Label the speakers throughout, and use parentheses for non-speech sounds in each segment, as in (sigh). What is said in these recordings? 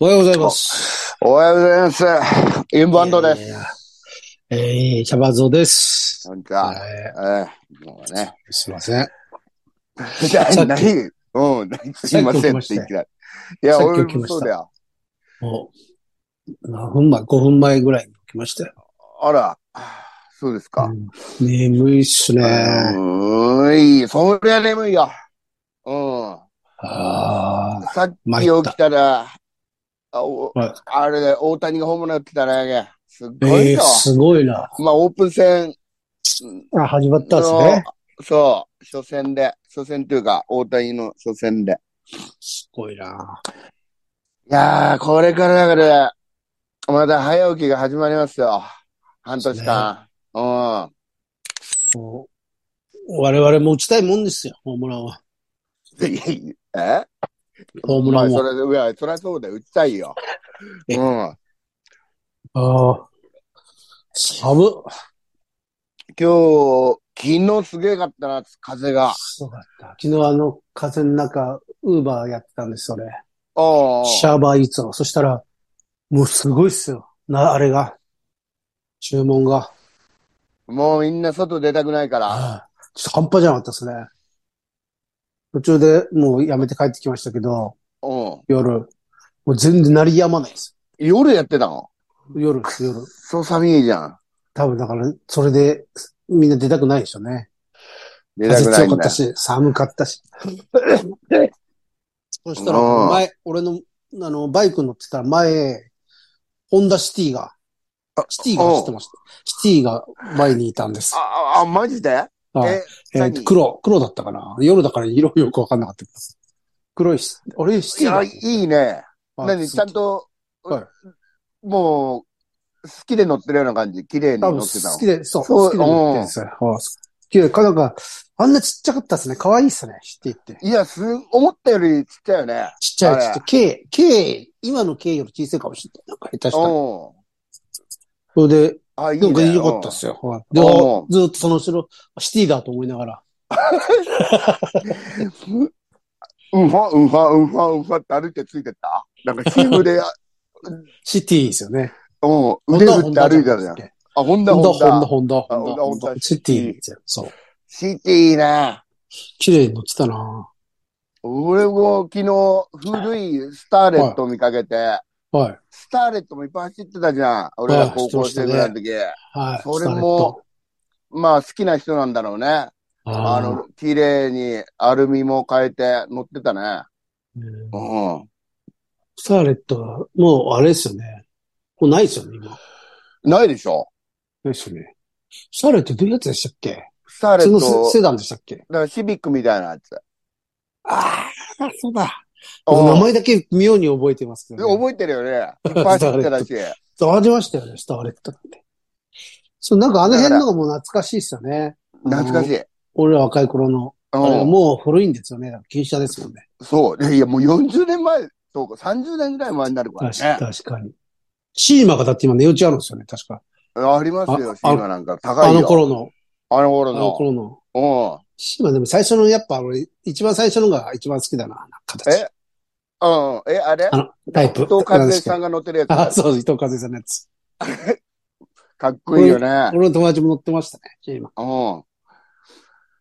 Speaker 1: おはようございます。
Speaker 2: おはようございます。インバウンドです。
Speaker 1: す。えー、えー、キャバゾです。
Speaker 2: なん
Speaker 1: は
Speaker 2: か、えー、もうね。 (laughs)
Speaker 1: い。すいません。
Speaker 2: 何、何、うん、何すいませんって言ってない。いや、
Speaker 1: さっ
Speaker 2: 俺
Speaker 1: き起き
Speaker 2: も
Speaker 1: ました
Speaker 2: そうだよ。
Speaker 1: もう、何分前、5分前ぐらいに来ましたよ。
Speaker 2: あら、そうですか。
Speaker 1: うん眠いっすね。
Speaker 2: うーい、そりゃ眠いよ。う
Speaker 1: あ
Speaker 2: ん。さっき
Speaker 1: 参
Speaker 2: 起
Speaker 1: った
Speaker 2: きたら、あお
Speaker 1: はい
Speaker 2: あれで大谷がホームラン打ってたらやけ。すっ
Speaker 1: あ。
Speaker 2: ごい
Speaker 1: えー、
Speaker 2: よ。
Speaker 1: すごいな。
Speaker 2: まあ、オープン戦
Speaker 1: あ、始まったんです
Speaker 2: の
Speaker 1: ね。、
Speaker 2: そう、初戦で、初戦というか、大谷の初戦で。
Speaker 1: すごいな。
Speaker 2: いやー、これからだから、まだ早起きが始まりますよ。半年間。うん。
Speaker 1: もう我々も打ちたいもんですよ、ホームランは。
Speaker 2: え
Speaker 1: ホーム
Speaker 2: ま
Speaker 1: ラ
Speaker 2: あ、
Speaker 1: ン
Speaker 2: そ
Speaker 1: は。
Speaker 2: れ、いや、そりゃそうだよ。打ちたいよ。
Speaker 1: え
Speaker 2: うん。
Speaker 1: ああ。寒っ。
Speaker 2: 今日、昨日すげえかったな、風が。
Speaker 1: そうだった。昨日あの、風の中、ウーバーやってたんです、それ。
Speaker 2: うん。
Speaker 1: シャーバーイーツを。そしたら、もうすごいっすよ。な、あれが。注文が。
Speaker 2: もうみんな外出たくないから。
Speaker 1: ああちょっと半端じゃなかったですね。途中でもうやめて帰ってきましたけど、
Speaker 2: うん。
Speaker 1: 夜。もう全然鳴りやまないです。
Speaker 2: 夜やってたの
Speaker 1: 夜、夜。
Speaker 2: そう寒いじゃん。
Speaker 1: 多分だから、それで、みんな出たくないでしょうね。
Speaker 2: 出た
Speaker 1: 風
Speaker 2: くない
Speaker 1: 強
Speaker 2: ん
Speaker 1: かっ
Speaker 2: だ
Speaker 1: た。し、寒かったし。 (laughs) そしたら、
Speaker 2: うん
Speaker 1: 前、俺の、あの、バイク乗ってたら前、ホンダシティが、シティが走ってました。シティが前にいたんです。
Speaker 2: あ、あ、マジで
Speaker 1: はい
Speaker 2: え、
Speaker 1: えー
Speaker 2: 何
Speaker 1: 黒、黒だったかな夜だから色よくわかんなかったけど。黒いし、俺シ
Speaker 2: い
Speaker 1: ティ
Speaker 2: や、
Speaker 1: が。
Speaker 2: いいね。
Speaker 1: あ
Speaker 2: 何ちゃん。と、
Speaker 1: はい
Speaker 2: もう、好きで乗ってるような感じ。綺麗に
Speaker 1: 多
Speaker 2: 乗
Speaker 1: 分
Speaker 2: ってたの
Speaker 1: 好。きで、そう、
Speaker 2: そう
Speaker 1: 好きで乗ってるんですよ。はい好きで、かなんか、あんなちっちゃかったですね。可愛いですね、シティって。
Speaker 2: いや、す、思ったよりちっちゃいよね。
Speaker 1: ちっちゃい、
Speaker 2: あ
Speaker 1: ち
Speaker 2: れ
Speaker 1: っちゃい。K、K、今の K より小さいかもしれない。なんか下手したら。
Speaker 2: う
Speaker 1: それで、
Speaker 2: ん。あ、いい
Speaker 1: なんか
Speaker 2: ね。
Speaker 1: 良かったっすよ。はいで、
Speaker 2: うん
Speaker 1: ずっとその後ろ、シティだと思いながら。
Speaker 2: うんうんは、うんは、うんは、うんはって歩いてついてったなんか、シーフで、
Speaker 1: シティですよね。
Speaker 2: うん、腕
Speaker 1: ホ
Speaker 2: 振って
Speaker 1: ンダ
Speaker 2: 歩いてたじゃん。あ、ホンダ、
Speaker 1: ホンダ、
Speaker 2: ホン
Speaker 1: ホンダ、
Speaker 2: ダ。
Speaker 1: ホンダ、ホンダ
Speaker 2: あホンダ
Speaker 1: ホンダ
Speaker 2: ホンダ
Speaker 1: シティですよ。そう。
Speaker 2: シティね。
Speaker 1: 綺麗に乗ってたな
Speaker 2: 俺も昨日、古いスターレット見かけて、
Speaker 1: はい。
Speaker 2: スターレットもいっぱい走ってたじゃん。俺ら高校生ぐらいの時。
Speaker 1: はい。
Speaker 2: それ
Speaker 1: スターレット
Speaker 2: も。まあ、好きな人なんだろうね。
Speaker 1: あ
Speaker 2: あ
Speaker 1: の、
Speaker 2: の、綺麗にアルミも変えて乗ってたね。
Speaker 1: うん
Speaker 2: うん。
Speaker 1: スターレットは、もうあれですよね。もうないですよね、今。ない
Speaker 2: ないでしょ
Speaker 1: ですよね。スターレットどういうやつでしたっけ
Speaker 2: スター
Speaker 1: 普
Speaker 2: レ
Speaker 1: 通
Speaker 2: ッ
Speaker 1: の
Speaker 2: ト
Speaker 1: セセダンでしたっけ
Speaker 2: だからシビックみたいなやつ。
Speaker 1: ああ、そうだ。
Speaker 2: うん
Speaker 1: 名前だけ妙に覚えてますけどね。
Speaker 2: 覚えてるよ
Speaker 1: (laughs)
Speaker 2: ね。いっぱい走ってたし。
Speaker 1: 伝わりましたよね、スターレットって。そう、なんかあの辺のがもう懐かしいですよね。
Speaker 2: 懐かし
Speaker 1: い。
Speaker 2: い。
Speaker 1: 俺ら若い頃の。あれが
Speaker 2: う
Speaker 1: もう古いんですよね。禁車ですもんね。
Speaker 2: ん。そう。いや、もう40年前、そうか、30年ぐらい前になるから
Speaker 1: 確
Speaker 2: ね
Speaker 1: か。確かに。シーマがだって今値打ちあるんですよね、確か。
Speaker 2: ありますよ、
Speaker 1: あ
Speaker 2: シーマなんか。高
Speaker 1: あ
Speaker 2: いよ。
Speaker 1: の。頃の。
Speaker 2: あの
Speaker 1: あ
Speaker 2: 頃
Speaker 1: の頃の。
Speaker 2: の。
Speaker 1: シーマでも最初のやっぱ俺、一番最初のが一番好きだな、なんか形。
Speaker 2: えうん。うん。え、あれ
Speaker 1: あの、タイプ。
Speaker 2: 伊藤和恵さ
Speaker 1: ん。
Speaker 2: んが乗ってるや
Speaker 1: あ、
Speaker 2: つ。
Speaker 1: そう、伊藤和恵さんのやつ。
Speaker 2: かっこいいよね。
Speaker 1: 俺の友達も乗ってましたね、シーマ。
Speaker 2: うん。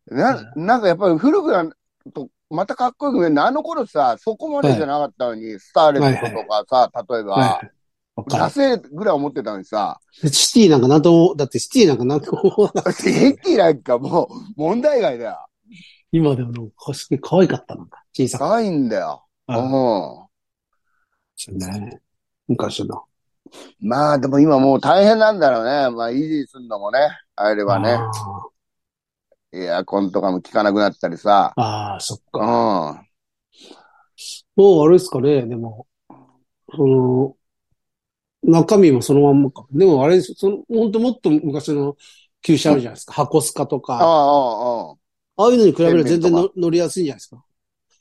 Speaker 2: な、なんかやっぱり古くなると、またかっこよく見えるねあの頃さ、そこまでじゃなかったのに、スターレットとかさ、例えば
Speaker 1: はい。わ、か
Speaker 2: 出せぐらい思ってたのにさ、
Speaker 1: る。シティなんかなんとも、だってシティなんかなんとも思わなかった
Speaker 2: シッキーなんかもう問題外だよ。
Speaker 1: 今でもなんかすげえ可愛かったなんか、小さく。
Speaker 2: 高いんだよ。う
Speaker 1: あ
Speaker 2: ん。
Speaker 1: そうね。昔の。
Speaker 2: まあでも今もう大変なんだろうね。まあ維持するのもね、あればね、
Speaker 1: あ
Speaker 2: エアコンとかも効かなくなったりさ。
Speaker 1: ーあー、そっ
Speaker 2: う
Speaker 1: か。
Speaker 2: ん。
Speaker 1: もうあれですかね、でも、その、中身もそのまんまか。でもあれです、その、ほんともっと昔の旧車あるじゃないですか。箱スカと
Speaker 2: ああ、
Speaker 1: か。あ
Speaker 2: ああ、あ
Speaker 1: あいうのに比べれば全然の乗りやすいんじゃないですか。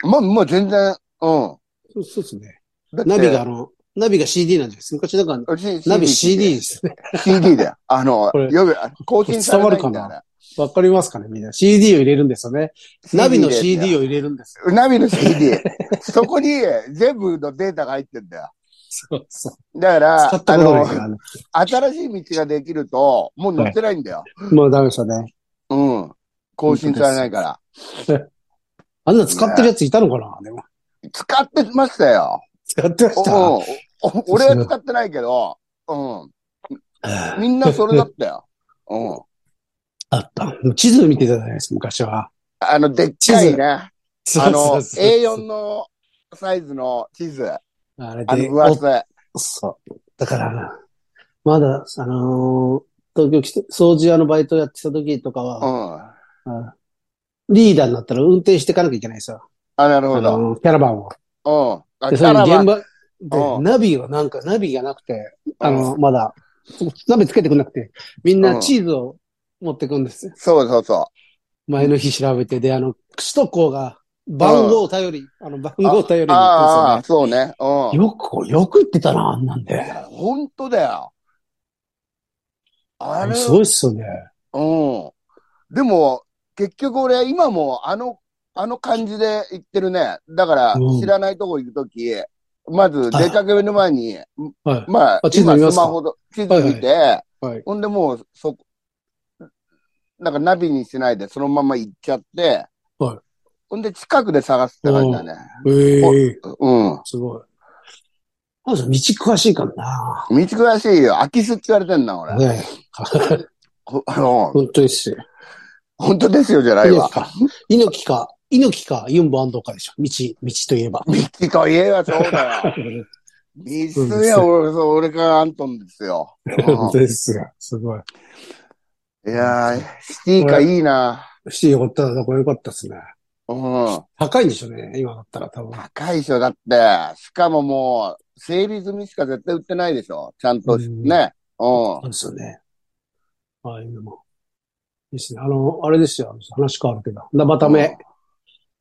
Speaker 2: あ。まあ、まあ全然、うん。
Speaker 1: そうそうですね。
Speaker 2: だって
Speaker 1: ナビがあの、ナビが CD なんじゃないですか。昔だから、
Speaker 2: うち
Speaker 1: ナビ CD ですね。
Speaker 2: CD だよ。あの、
Speaker 1: これ
Speaker 2: よく、更新されないん
Speaker 1: 伝
Speaker 2: だ
Speaker 1: わ
Speaker 2: よ
Speaker 1: る
Speaker 2: ね。
Speaker 1: わかりますかね、みんな。CD を入れるんですよね。ナビの CD
Speaker 2: を。
Speaker 1: を入れるんですよ。
Speaker 2: ナビの CD。そこに全部のデータが入ってんだよ。
Speaker 1: そうそう。
Speaker 2: だから、
Speaker 1: 使った
Speaker 2: あ
Speaker 1: ことない
Speaker 2: の
Speaker 1: か、らね。
Speaker 2: 新しい道ができると、もう乗ってないんだよ。
Speaker 1: もうダメでしたね。
Speaker 2: うん。更新されないから。
Speaker 1: あんな使ってるやついたのかなでも。
Speaker 2: 使ってましたよ。
Speaker 1: 使ってま
Speaker 2: う
Speaker 1: し
Speaker 2: ん
Speaker 1: た。
Speaker 2: おお俺は使ってないけど、う
Speaker 1: あ
Speaker 2: ん。みんなそれだった
Speaker 1: (laughs)
Speaker 2: よ。うん。
Speaker 1: った。地図見てたじゃないですか、昔は。
Speaker 2: あの、でっかいね。あ
Speaker 1: そうそ
Speaker 2: の、
Speaker 1: うそう
Speaker 2: A4 のサイズの地図。あ
Speaker 1: あれ
Speaker 2: の、
Speaker 1: で、
Speaker 2: 分厚い。
Speaker 1: おそう。だから、まだ、あのー東京来て、掃除屋のバイトやってた時とか
Speaker 2: う
Speaker 1: は、
Speaker 2: ん。あ、
Speaker 1: あリーダーになったら運転していかなきゃいけないですよ。
Speaker 2: なる
Speaker 1: あ
Speaker 2: ほど。
Speaker 1: のーキャラバン
Speaker 2: うん。
Speaker 1: を。
Speaker 2: あキ
Speaker 1: で、それ
Speaker 2: ャ
Speaker 1: に
Speaker 2: ラバ
Speaker 1: 現
Speaker 2: ン。
Speaker 1: 場
Speaker 2: う
Speaker 1: で、
Speaker 2: ん
Speaker 1: ナビはなんか、ナビがなくて、あ
Speaker 2: う
Speaker 1: の、まだ、ナビつけてくれなくて、みんなチーズを持ってくんですよ。
Speaker 2: そうそうそ
Speaker 1: 前の日調べて、で、あの、首都高が番号を頼り、あの、番号を頼り
Speaker 2: う。
Speaker 1: に
Speaker 2: あ
Speaker 1: 行くん
Speaker 2: あ、
Speaker 1: で
Speaker 2: そうね。
Speaker 1: す
Speaker 2: う
Speaker 1: よね。
Speaker 2: ん。
Speaker 1: よく、よく行ってたな、あんなんで。
Speaker 2: 本当だよ。あれ、
Speaker 1: すごいっすよね。
Speaker 2: うん。でも、結局俺、今もあの、あの感じで行ってるね。だから
Speaker 1: う、ん
Speaker 2: 知らないとこ行くとき、まず出かける前に、
Speaker 1: はい。
Speaker 2: まあ、
Speaker 1: あ地図
Speaker 2: 今
Speaker 1: 見ます
Speaker 2: ス
Speaker 1: か
Speaker 2: マホと地図見て、
Speaker 1: はい。
Speaker 2: ほんでもう、そ、なんかナビにしないで、そのまま行っちゃって、
Speaker 1: はい
Speaker 2: ほんで近くで探すって感じだね。
Speaker 1: ええ
Speaker 2: うん。
Speaker 1: すごい。あさん、道詳しいからな。
Speaker 2: 道詳しいよ。空き巣って言われてんな、俺。
Speaker 1: ね (laughs)
Speaker 2: ほ (laughs) あの、
Speaker 1: 本当ですよ。
Speaker 2: 本当ですよじゃないわ。
Speaker 1: 猪木か、猪木か、ユンボ安藤かでしょ。道、道といえば。
Speaker 2: (laughs) 道か言えばそうだよ。
Speaker 1: そう
Speaker 2: 道
Speaker 1: です
Speaker 2: や、俺、そう俺からアントンですよ。
Speaker 1: (laughs) 本当ですよ。すごい。
Speaker 2: いやー、シティかいいな。
Speaker 1: し、よかったな。これよかったですね。
Speaker 2: うん。
Speaker 1: 高いんでしょうね。今だったら多分。
Speaker 2: 高いでしょ、だって。しかももう、整備済みしか絶対売ってないでしょ。ちゃんと、
Speaker 1: うん
Speaker 2: ね。う
Speaker 1: そうですよね。ああいうのも。いいですね。あの、あれですよ。話変わるけど。生た
Speaker 2: ん。
Speaker 1: め。。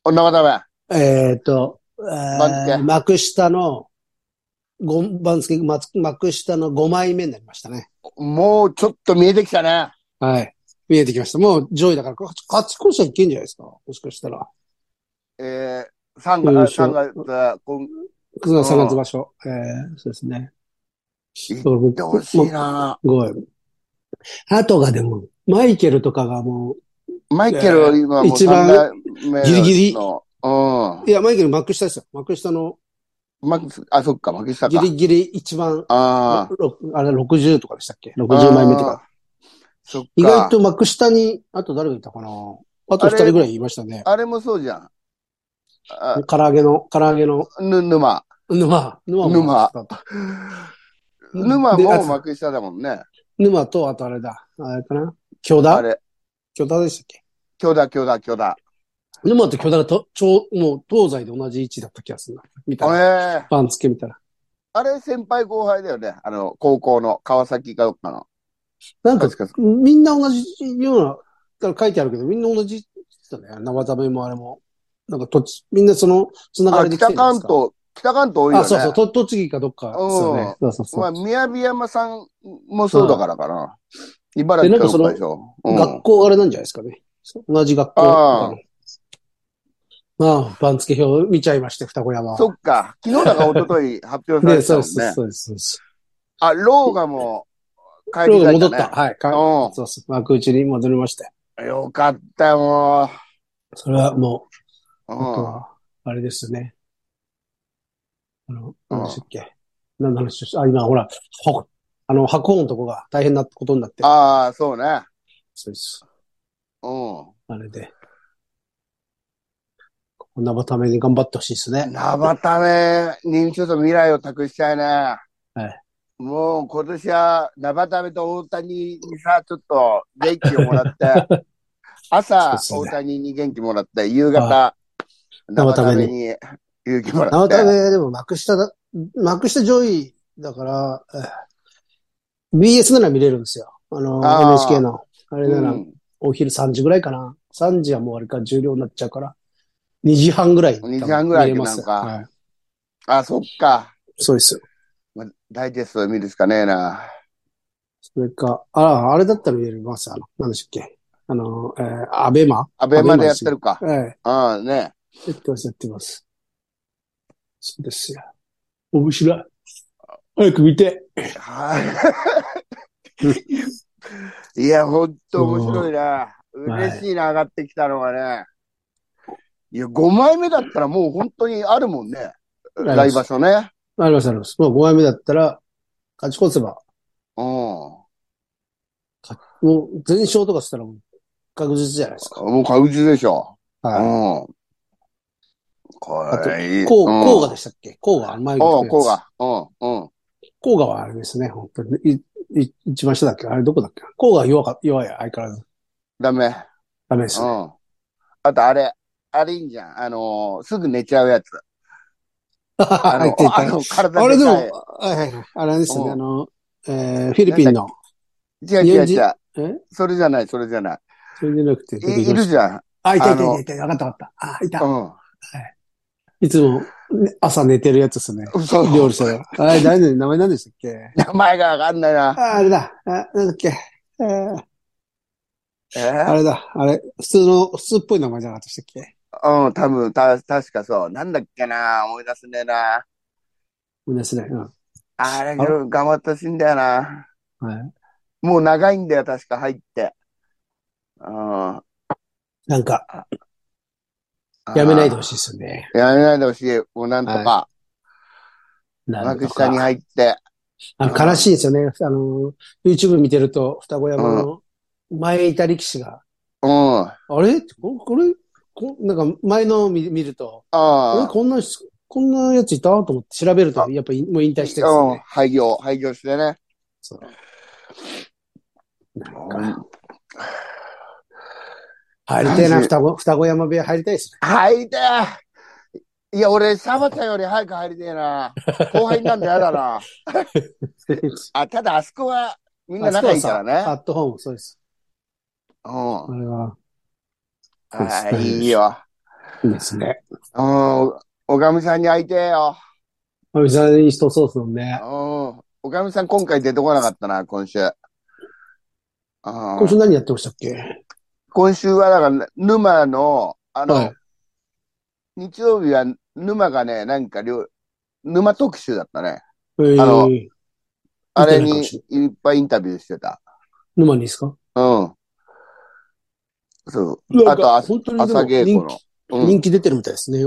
Speaker 2: お、生ダメ。
Speaker 1: えっと、え
Speaker 2: 番
Speaker 1: ー
Speaker 2: 付
Speaker 1: 幕下の、ご番付、ま幕下の5枚目になりましたね。
Speaker 2: もうちょっと見えてきたね。
Speaker 1: はい。見えてきました。もう上位だから、勝ち勝ち越しはいけんじゃないですか。もしかしたら。
Speaker 2: えー、3
Speaker 1: よい
Speaker 2: 月、
Speaker 1: しょ
Speaker 2: 三月、今
Speaker 1: 9月、3月場所。えー、そうですね。だから
Speaker 2: 行って
Speaker 1: 僕
Speaker 2: ほしいな。
Speaker 1: すごい。あとがでも、マイケルとかがも
Speaker 2: マイケル、今もう
Speaker 1: 一番
Speaker 2: 三代目
Speaker 1: ギリギリ
Speaker 2: のうん
Speaker 1: う、。いや、マイケル幕下ですよ。幕下の
Speaker 2: マックス、あ、そっか、負けした
Speaker 1: ギ
Speaker 2: か。
Speaker 1: リギリ一番、
Speaker 2: ああ。
Speaker 1: ろあれ60とかでしたっけ ?60 枚目とか。
Speaker 2: あー。そっか。
Speaker 1: 意外と幕下に、あと誰がいたかなあと2人ぐらいいましたね。
Speaker 2: あれもそうじゃん。あ
Speaker 1: 唐揚げの、唐揚げの、
Speaker 2: ぬ、沼。
Speaker 1: 沼、沼も
Speaker 2: 沼沼
Speaker 1: であ
Speaker 2: も
Speaker 1: と
Speaker 2: 幕下だもんね。
Speaker 1: 沼と、あとあれだ。あれかな巨
Speaker 2: あ
Speaker 1: 田
Speaker 2: れ、
Speaker 1: 巨田でしたっけ
Speaker 2: 京田、京田、京田。
Speaker 1: 沼と巨田がと、ちょう、もう東西で同じ位置だった気がするな。み
Speaker 2: ええ
Speaker 1: たいな。番付みたいな。
Speaker 2: あれ、先輩後輩だよね。あの、高校の、川崎かどっかの。
Speaker 1: なんか
Speaker 2: 確か、
Speaker 1: みんな同じような、だから書いてあるけど、みんな同じだね。生食べもあれも。なんか、とち、みんなその、つなが
Speaker 2: あ
Speaker 1: りで来て
Speaker 2: 北
Speaker 1: るんじゃな
Speaker 2: 関
Speaker 1: いですか。
Speaker 2: 東、北関東多いよね。
Speaker 1: あ、そうそう、と、栃木かどっかですよね。そうそうそう。
Speaker 2: まあ、宮城山さんもそうだからかな。茨
Speaker 1: で
Speaker 2: 城
Speaker 1: なんか
Speaker 2: か
Speaker 1: そ
Speaker 2: どっ
Speaker 1: の
Speaker 2: かでしょ。うん
Speaker 1: 学校があれなんじゃないですかね。同じ学校とかの。まあ、番付表見ちゃいまして、双子山は。
Speaker 2: そっか。昨日だか一昨日発表されて
Speaker 1: (laughs) ね、
Speaker 2: た
Speaker 1: そう
Speaker 2: もん
Speaker 1: で
Speaker 2: ね
Speaker 1: す、。そうです、そうです。
Speaker 2: あ、ローガも帰
Speaker 1: ロ
Speaker 2: り
Speaker 1: ー
Speaker 2: た
Speaker 1: が
Speaker 2: い
Speaker 1: 戻
Speaker 2: だ
Speaker 1: った。
Speaker 2: ね。
Speaker 1: はい。か
Speaker 2: う
Speaker 1: そうそう。幕内に戻りまして。
Speaker 2: ん。よかったよ、も
Speaker 1: それはも
Speaker 2: う。
Speaker 1: う、
Speaker 2: う
Speaker 1: あと
Speaker 2: ん。
Speaker 1: は、あれですよね。あの、
Speaker 2: うん
Speaker 1: 何でしたっけ。何の話をしたあ、今、ほら、ほあの、白鵬のとこが大変なことになって。
Speaker 2: ああ、そうね。
Speaker 1: そうです。
Speaker 2: う
Speaker 1: あれで。こんなために頑張ってほしいです
Speaker 2: ん。
Speaker 1: ね。
Speaker 2: 生ためにちょっと未来を託したいね。
Speaker 1: はい
Speaker 2: もう今年は生ためと大谷にさ、ちょっと元気をもら
Speaker 1: (laughs)
Speaker 2: って、朝、
Speaker 1: そう
Speaker 2: 大
Speaker 1: ですね
Speaker 2: 谷に元気もらって、夕方、生ために勇気もら
Speaker 1: 生
Speaker 2: って。
Speaker 1: 田ね、でも幕下だ、幕下上位だから、えー BS なら見れるんですよ。あの、
Speaker 2: あー
Speaker 1: NHK の。あれな
Speaker 2: う
Speaker 1: ら、
Speaker 2: ん
Speaker 1: お昼3時ぐらいかな。3時はもうあれか、重量になっちゃうから。2時半ぐらい。
Speaker 2: 2時半ぐらい
Speaker 1: 見れます
Speaker 2: なんか
Speaker 1: はい。
Speaker 2: あ、そっか。
Speaker 1: そうです。
Speaker 2: まダイジェストで見るしかねえな。
Speaker 1: それか、あ、あれだったら見れます。あの、なんでしたっけ。あの、えー、アベマ
Speaker 2: アベマでやってるか。
Speaker 1: ええ
Speaker 2: うん、ね。
Speaker 1: やってます、やってます。そうですよ。面白い。早く見て。
Speaker 2: はい。い (laughs) や、ほんと面白いな。
Speaker 1: ん
Speaker 2: 嬉しいな、上がってきたのがね。いや、5枚目だったらもう本当にあるもんね。
Speaker 1: ます
Speaker 2: 来場所ね。
Speaker 1: ありますあります。まあ、5枚目だったら、勝ち越せば、
Speaker 2: うん。
Speaker 1: もう全勝とかしたらもう確実じゃないですか。
Speaker 2: もう確実でしょ。う
Speaker 1: は
Speaker 2: ん。これい
Speaker 1: い。
Speaker 2: い。
Speaker 1: こう、
Speaker 2: ん
Speaker 1: こうがでしたっけこうが、前に
Speaker 2: うん、こう
Speaker 1: が。
Speaker 2: が。うん、うん。
Speaker 1: こうがはあれですね、本当に。い、い、一番下だっけあれどこだっけこうが弱か、弱い、相変わらず。
Speaker 2: ダメ。
Speaker 1: ダメです
Speaker 2: う
Speaker 1: ね。
Speaker 2: ん。あと、あれ。あれいいんじゃん。あのーすぐ寝ちゃうやつ。あ
Speaker 1: (laughs) 入
Speaker 2: の
Speaker 1: っ、てい
Speaker 2: あ
Speaker 1: た。
Speaker 2: の体
Speaker 1: あれでも
Speaker 2: かい、
Speaker 1: はいはいはいあれです
Speaker 2: う
Speaker 1: ね、
Speaker 2: ん
Speaker 1: あの、えー、フィリピンの、
Speaker 2: 違う違う違
Speaker 1: 日
Speaker 2: う。
Speaker 1: え
Speaker 2: それじゃない、それじゃない。
Speaker 1: それじゃなくて、
Speaker 2: いいるじゃん。
Speaker 1: あ、いたい
Speaker 2: あ
Speaker 1: たい
Speaker 2: の
Speaker 1: たいた、わかったわかった。あ、いた。
Speaker 2: う
Speaker 1: いつも、ね朝寝てるやつですね。
Speaker 2: ん。そ
Speaker 1: 料
Speaker 2: う。
Speaker 1: 理者が。あれ、誰の名前何でしたっけ
Speaker 2: 名前がわかんないな。
Speaker 1: あ、あれだ。あ、なんだっけ。えー
Speaker 2: え
Speaker 1: あれだ。あれ、普通の、普通っぽい名前じゃなかったでしたっけ
Speaker 2: ーうん、多分、た、確かそう。なんだっけな。思い出すねえな。
Speaker 1: 思い出せない。うん。
Speaker 2: あれ、
Speaker 1: あ
Speaker 2: 頑張ってほしいんだよな。
Speaker 1: はい。
Speaker 2: もう長いんだよ、確か入って。うん。
Speaker 1: なんか、やめないでほ
Speaker 2: い。
Speaker 1: しいですよね。
Speaker 2: やめないでほしい。もうなんとか、
Speaker 1: なん
Speaker 2: 幕
Speaker 1: と
Speaker 2: 下に
Speaker 1: か。
Speaker 2: 入って。
Speaker 1: あの悲しいですよね。あの、YouTube 見てると、双子山の前いた力士が、
Speaker 2: うん。うん。
Speaker 1: あれここれこなんか前のを見見ると、あれ
Speaker 2: あ
Speaker 1: こんな、こんなやついたと思って調べると、やっぱりもう引退してるんですよ
Speaker 2: うん。
Speaker 1: ね。
Speaker 2: 廃業、廃業してね。
Speaker 1: そう
Speaker 2: うん
Speaker 1: 入りたいな、
Speaker 2: なんで
Speaker 1: 双子、双子山部屋入りたいですね。
Speaker 2: 入りてえいや、俺、サバちゃんより早く入りてえな。後輩になんの嫌だな。 (laughs) あ、ただ、あそこは、みんな仲いいから
Speaker 1: あそこはさ
Speaker 2: ね。
Speaker 1: アットホーム、そうです。
Speaker 2: うん
Speaker 1: あ。れは、そうです
Speaker 2: あーいいよ。
Speaker 1: いいですね。
Speaker 2: うん。おかみさんに会いてえよ。
Speaker 1: まあ、水谷一そうですもんね
Speaker 2: う。ん。おかみさん、今回出てこなかったな、今週。うん
Speaker 1: 今週何やってましたっけ
Speaker 2: 今週は、だから、沼の、あの、
Speaker 1: はい
Speaker 2: 日曜日は沼がね、なんか料、沼特集だったね。
Speaker 1: えー、
Speaker 2: あのあれ
Speaker 1: 見
Speaker 2: に
Speaker 1: てないかもし
Speaker 2: いっぱいインタビューしてた。
Speaker 1: 沼にですか
Speaker 2: うん。そう。
Speaker 1: な
Speaker 2: あ
Speaker 1: んか
Speaker 2: とあ
Speaker 1: 本当にでも
Speaker 2: 朝稽古
Speaker 1: 人
Speaker 2: の。
Speaker 1: 気、
Speaker 2: うん、
Speaker 1: 人気出てるみたいですね。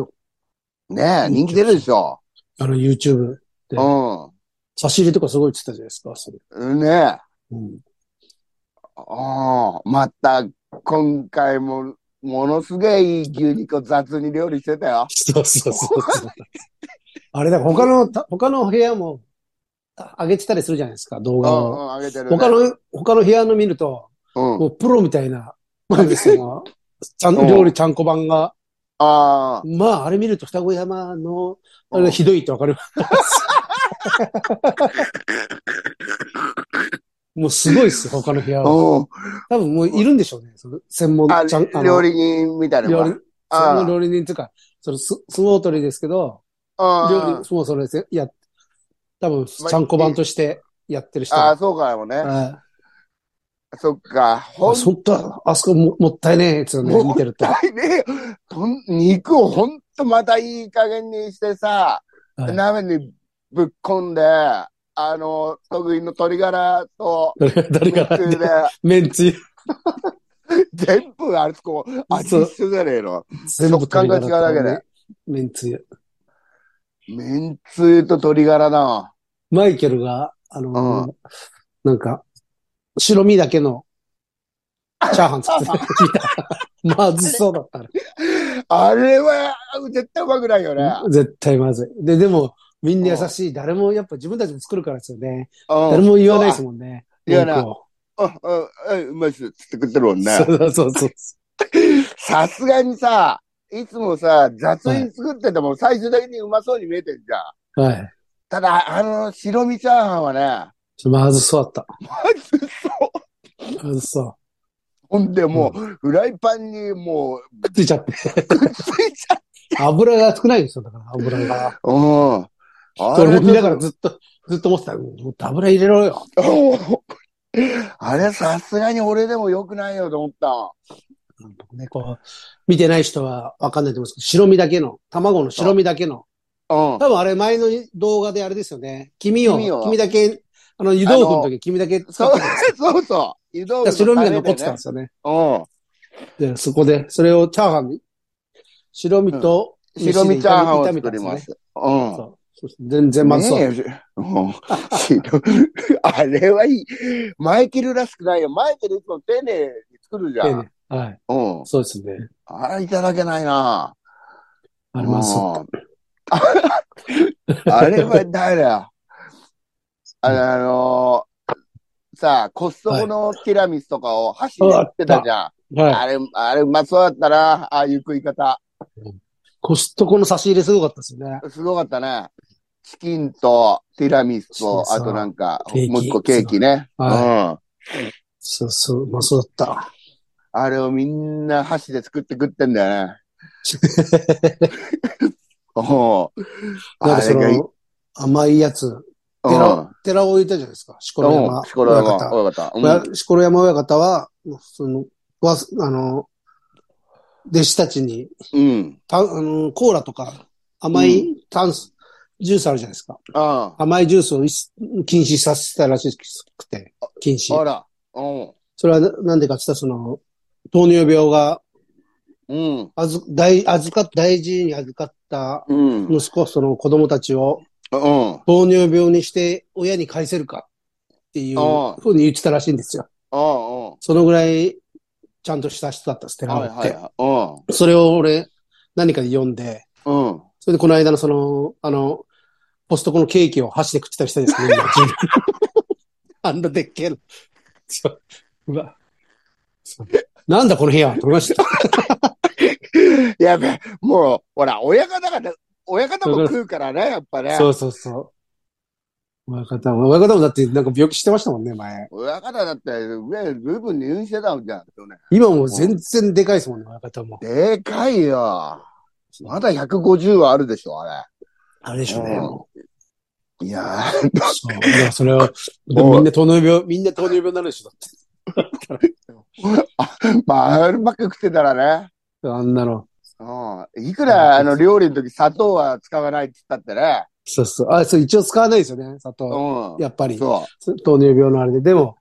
Speaker 2: ねえ、人気出るでしょ。
Speaker 1: あの YouTube。気
Speaker 2: う
Speaker 1: 差し入れとかすごいって言ってたじゃないですか、それ。
Speaker 2: ん。ねえ。
Speaker 1: うん。
Speaker 2: ああ、また、今回も、ものすげえいい牛肉を雑に料理してたよ。
Speaker 1: そうそうそうそう。 (laughs) あれだ、他の、た他の部屋もあ上げてたりするじゃないですか、動
Speaker 2: う
Speaker 1: 画
Speaker 2: ん、う
Speaker 1: を。
Speaker 2: ん、あげてる、ね。
Speaker 1: 他の、他の部屋の見ると、
Speaker 2: うん。
Speaker 1: もうプロみたいな、なんです
Speaker 2: (laughs)
Speaker 1: よ。ちゃん、料理ちゃんこ版が。
Speaker 2: ああ。
Speaker 1: まあ、あれ見ると双子山の、あれひどいってわかります。もうすごいっすよ、他の部屋は。
Speaker 2: うん。
Speaker 1: 多分もういるんでしょうね。その専門、
Speaker 2: あ、
Speaker 1: ちゃん、あの
Speaker 2: 料理人みたいなの
Speaker 1: 料
Speaker 2: が。
Speaker 1: 理、
Speaker 2: あ
Speaker 1: そ
Speaker 2: あ
Speaker 1: の料理人っていうか、そのす相撲取りですけど、料
Speaker 2: あ
Speaker 1: 理、そうそれですよ。いや、多分、ち
Speaker 2: まあ
Speaker 1: ゃんこ版としてやってる人。
Speaker 2: ああ、そうかもね。
Speaker 1: はい
Speaker 2: そっか。ほ
Speaker 1: あ
Speaker 2: ん
Speaker 1: そっか、あそこももったいねえやつよね、
Speaker 2: も
Speaker 1: 見てると。は (laughs)
Speaker 2: とにね、ほん肉をほんとまたいい加減にしてさ、
Speaker 1: い
Speaker 2: 鍋にぶっ込んで、あの、得意の鶏ガラと、
Speaker 1: 誰が、誰が
Speaker 2: 肉で、
Speaker 1: めんつゆ、
Speaker 2: (laughs) 全部あれこう、味一緒じゃねえの。
Speaker 1: 全部取
Speaker 2: 食
Speaker 1: り
Speaker 2: 感が違うだけで。
Speaker 1: めんつゆ。
Speaker 2: めんつゆと鶏ガラだわ。
Speaker 1: マイケルが、あの
Speaker 2: う
Speaker 1: なんか、白身だけのチャーハン作ってる (laughs) 見た。まずそうだったね。
Speaker 2: あれは、絶対うまくないよね。
Speaker 1: 絶対まずい。で、でも、みんな優しい。誰も、やっぱ自分たちも作るからですよね。
Speaker 2: 誰
Speaker 1: 誰も言わないですもんね。
Speaker 2: 言わない
Speaker 1: 文句を
Speaker 2: うん、うんうん、うまいっす。つって食ってるもんね。
Speaker 1: そうそうそうそ
Speaker 2: さすがにさ、いつもさ、雑に作ってても最終的にうまそうに見えてんじゃん。
Speaker 1: う。はい。
Speaker 2: ただ、あの、白身チャーハンはね、
Speaker 1: ちょまずそうだっ
Speaker 2: まずそう。
Speaker 1: た。まずそう。
Speaker 2: ほんで、もう、フライパンにもう、
Speaker 1: くっついちゃって。
Speaker 2: くっついちゃっ
Speaker 1: 油が少ないんですよ、だから、油が。
Speaker 2: た。うん。あ
Speaker 1: それも見ながら
Speaker 2: ず
Speaker 1: ずっと、ずっと思ってた。うんもっと油入れろよ。
Speaker 2: あれ、さすがに俺でも良くないよと思った。
Speaker 1: ね、こう、見てない人はわかんないと思うんですけど、白身だけの、卵の白身だけの
Speaker 2: うん。
Speaker 1: 多分あれ前の動画であれですよね。君を、
Speaker 2: 君を
Speaker 1: 君だけ、あの、湯豆腐の時君だけ使
Speaker 2: そ
Speaker 1: っ
Speaker 2: う
Speaker 1: てた。、
Speaker 2: そうそう。移動
Speaker 1: だから白身が残ってたん
Speaker 2: ね
Speaker 1: で。すよね。
Speaker 2: うん。
Speaker 1: で、そこで、それをチャーハンに、白身と、
Speaker 2: 白身チャーハンを
Speaker 1: 飯で
Speaker 2: 作りま。
Speaker 1: 炒めたんですす
Speaker 2: う
Speaker 1: ね
Speaker 2: ん。
Speaker 1: そうそう全然まずそう。
Speaker 2: ねえうん白あれはいい。マイケルらしくないよ。マイケルいつも丁寧に作るじゃ
Speaker 1: 丁
Speaker 2: ん
Speaker 1: 寧。はい。
Speaker 2: うん。
Speaker 1: そうですね。
Speaker 2: あれいただけないな。
Speaker 1: あれまずそう。
Speaker 2: うん (laughs) あれは誰だあれ、あのーさあ、コストコのティラミスとかを箸でやってたじゃん。
Speaker 1: はい。
Speaker 2: あれ、あれうまそうだったな。ああいう食い方。
Speaker 1: コストコの差し入れすごかったですね。
Speaker 2: すごかったね。チキンとティラミスと、
Speaker 1: そうそう
Speaker 2: あとなんか
Speaker 1: ケー、キ
Speaker 2: もう一個ケーキね。う
Speaker 1: は
Speaker 2: ん。
Speaker 1: そうそう、うまそうだった。
Speaker 2: あれをみんな箸で作って食ってんだよ
Speaker 1: (laughs)
Speaker 2: ね。おう
Speaker 1: なん
Speaker 2: あ
Speaker 1: かそ
Speaker 2: れがいい。
Speaker 1: の、甘いやつ。
Speaker 2: う
Speaker 1: 寺、寺を置いたじゃないですか。錣
Speaker 2: ん。う
Speaker 1: 山
Speaker 2: ん。しころや
Speaker 1: 親
Speaker 2: ま、
Speaker 1: 方。
Speaker 2: 親方。うん
Speaker 1: 親錣山親方は、その、わ、あの、弟子たちに、
Speaker 2: うん。
Speaker 1: た、あの、コーラとか、甘い炭素、ジュースあるじゃないですか。
Speaker 2: あ
Speaker 1: 甘いジュースをいし禁止させたらしくて、禁
Speaker 2: あ。あ
Speaker 1: 止。
Speaker 2: ら。うん。
Speaker 1: それはなんでかって言ったら、その、糖尿病が、
Speaker 2: うん。
Speaker 1: あず、大、預かっ、大事に預かった
Speaker 2: うん。
Speaker 1: 息子、その子供たちを
Speaker 2: うん。
Speaker 1: 糖尿病にして親に返せるかっていう
Speaker 2: ああ
Speaker 1: ふうに言ってたらしいんですよ。
Speaker 2: うん。うん。
Speaker 1: そのぐらいちゃんとした人だったんです、寺尾
Speaker 2: は
Speaker 1: っ
Speaker 2: い
Speaker 1: て。
Speaker 2: はい。
Speaker 1: それを俺、何かで読んで、
Speaker 2: うん。うん。
Speaker 1: それでこの間のその、あの、ポストコのケーキを箸で食ってたりしたんです
Speaker 2: (laughs)
Speaker 1: けど、今 (laughs) あんなでっけえの。そううわ。そうなんだこの部屋は取りました。
Speaker 2: (laughs) やべ、もう、ほら、親方がね、親方も食うからね、やっぱね。
Speaker 1: そうそうそう。親方も、親方もだってなんか病気してましたもんね、前。
Speaker 2: 親方だって、上、ずいぶん入院してたんじゃん、去年。
Speaker 1: 今もう全然でかいですもんね、親方も。
Speaker 2: でかいよ。まだ150はあるでしょ、あ
Speaker 1: あれでしょうね、
Speaker 2: うん
Speaker 1: もう。
Speaker 2: れ。いや
Speaker 1: そう。だからそれを、でもみんな糖尿病、みんな糖尿病になるでしょ、だって。
Speaker 2: ー、まあ、うまく食ってたらね。
Speaker 1: あんなの。
Speaker 2: うん。いくら、あの、料理の時、砂糖は使わないって言ったってね。
Speaker 1: そうそう。あ、そう、一応使わないですよね、砂糖。
Speaker 2: う
Speaker 1: やっぱり
Speaker 2: ん。。そ
Speaker 1: 糖尿病のあれで。でも、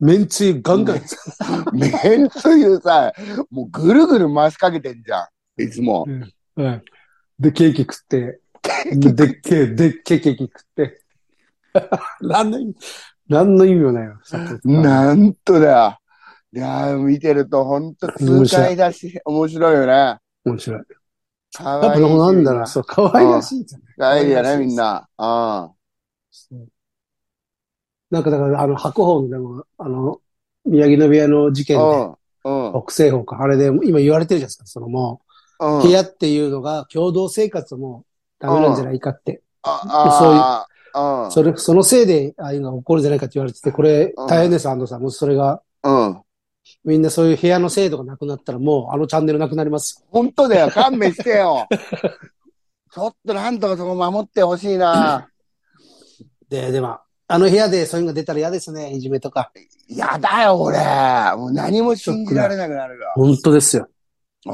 Speaker 1: めんつゆガンガン、
Speaker 2: う。めんつゆさ、もうぐるぐる回しかけてんじゃん。いつも。
Speaker 1: うん。で、ケーキ食って、でっけえ、でっけえケーキ食って。 (laughs) 何の意味、何の意味もないよ。砂糖
Speaker 2: なんとだ。いやー、見てるとほんと痛快だし、面白いよね。
Speaker 1: 面白い。
Speaker 2: か
Speaker 1: やっ
Speaker 2: わ
Speaker 1: ぱ
Speaker 2: いい。
Speaker 1: なんだろう、そう、可愛らしいじゃん。
Speaker 2: かわいいよね、みんな。うん。
Speaker 1: そうなんかだから、あの、白鵬のでも、あの、宮城の部屋の事件で、
Speaker 2: うん。
Speaker 1: 北西方か、あれで今言われてるじゃないですか、そのも
Speaker 2: うん。
Speaker 1: う、部屋っていうのが共同生活もダメなんじゃないかって、
Speaker 2: ああ、
Speaker 1: それ、そのせいでああいうのが起こるんじゃないかって言われてて、これ
Speaker 2: うん
Speaker 1: 大変です、安藤さん。もうそれが、
Speaker 2: うん。うん。
Speaker 1: みんなそういう部屋の制度がなくなったらもうあのチャンネルなくなります。
Speaker 2: ほんとだよ、勘弁して
Speaker 1: (laughs)
Speaker 2: よ。ちょっとなんとかそこ守ってほしいな。
Speaker 1: で、でも、あの部屋でそういうのが出たら嫌ですね、いじめとか。
Speaker 2: やだよ、俺。もう何も信じられなくなるよ。
Speaker 1: 本当ですよ。
Speaker 2: うん。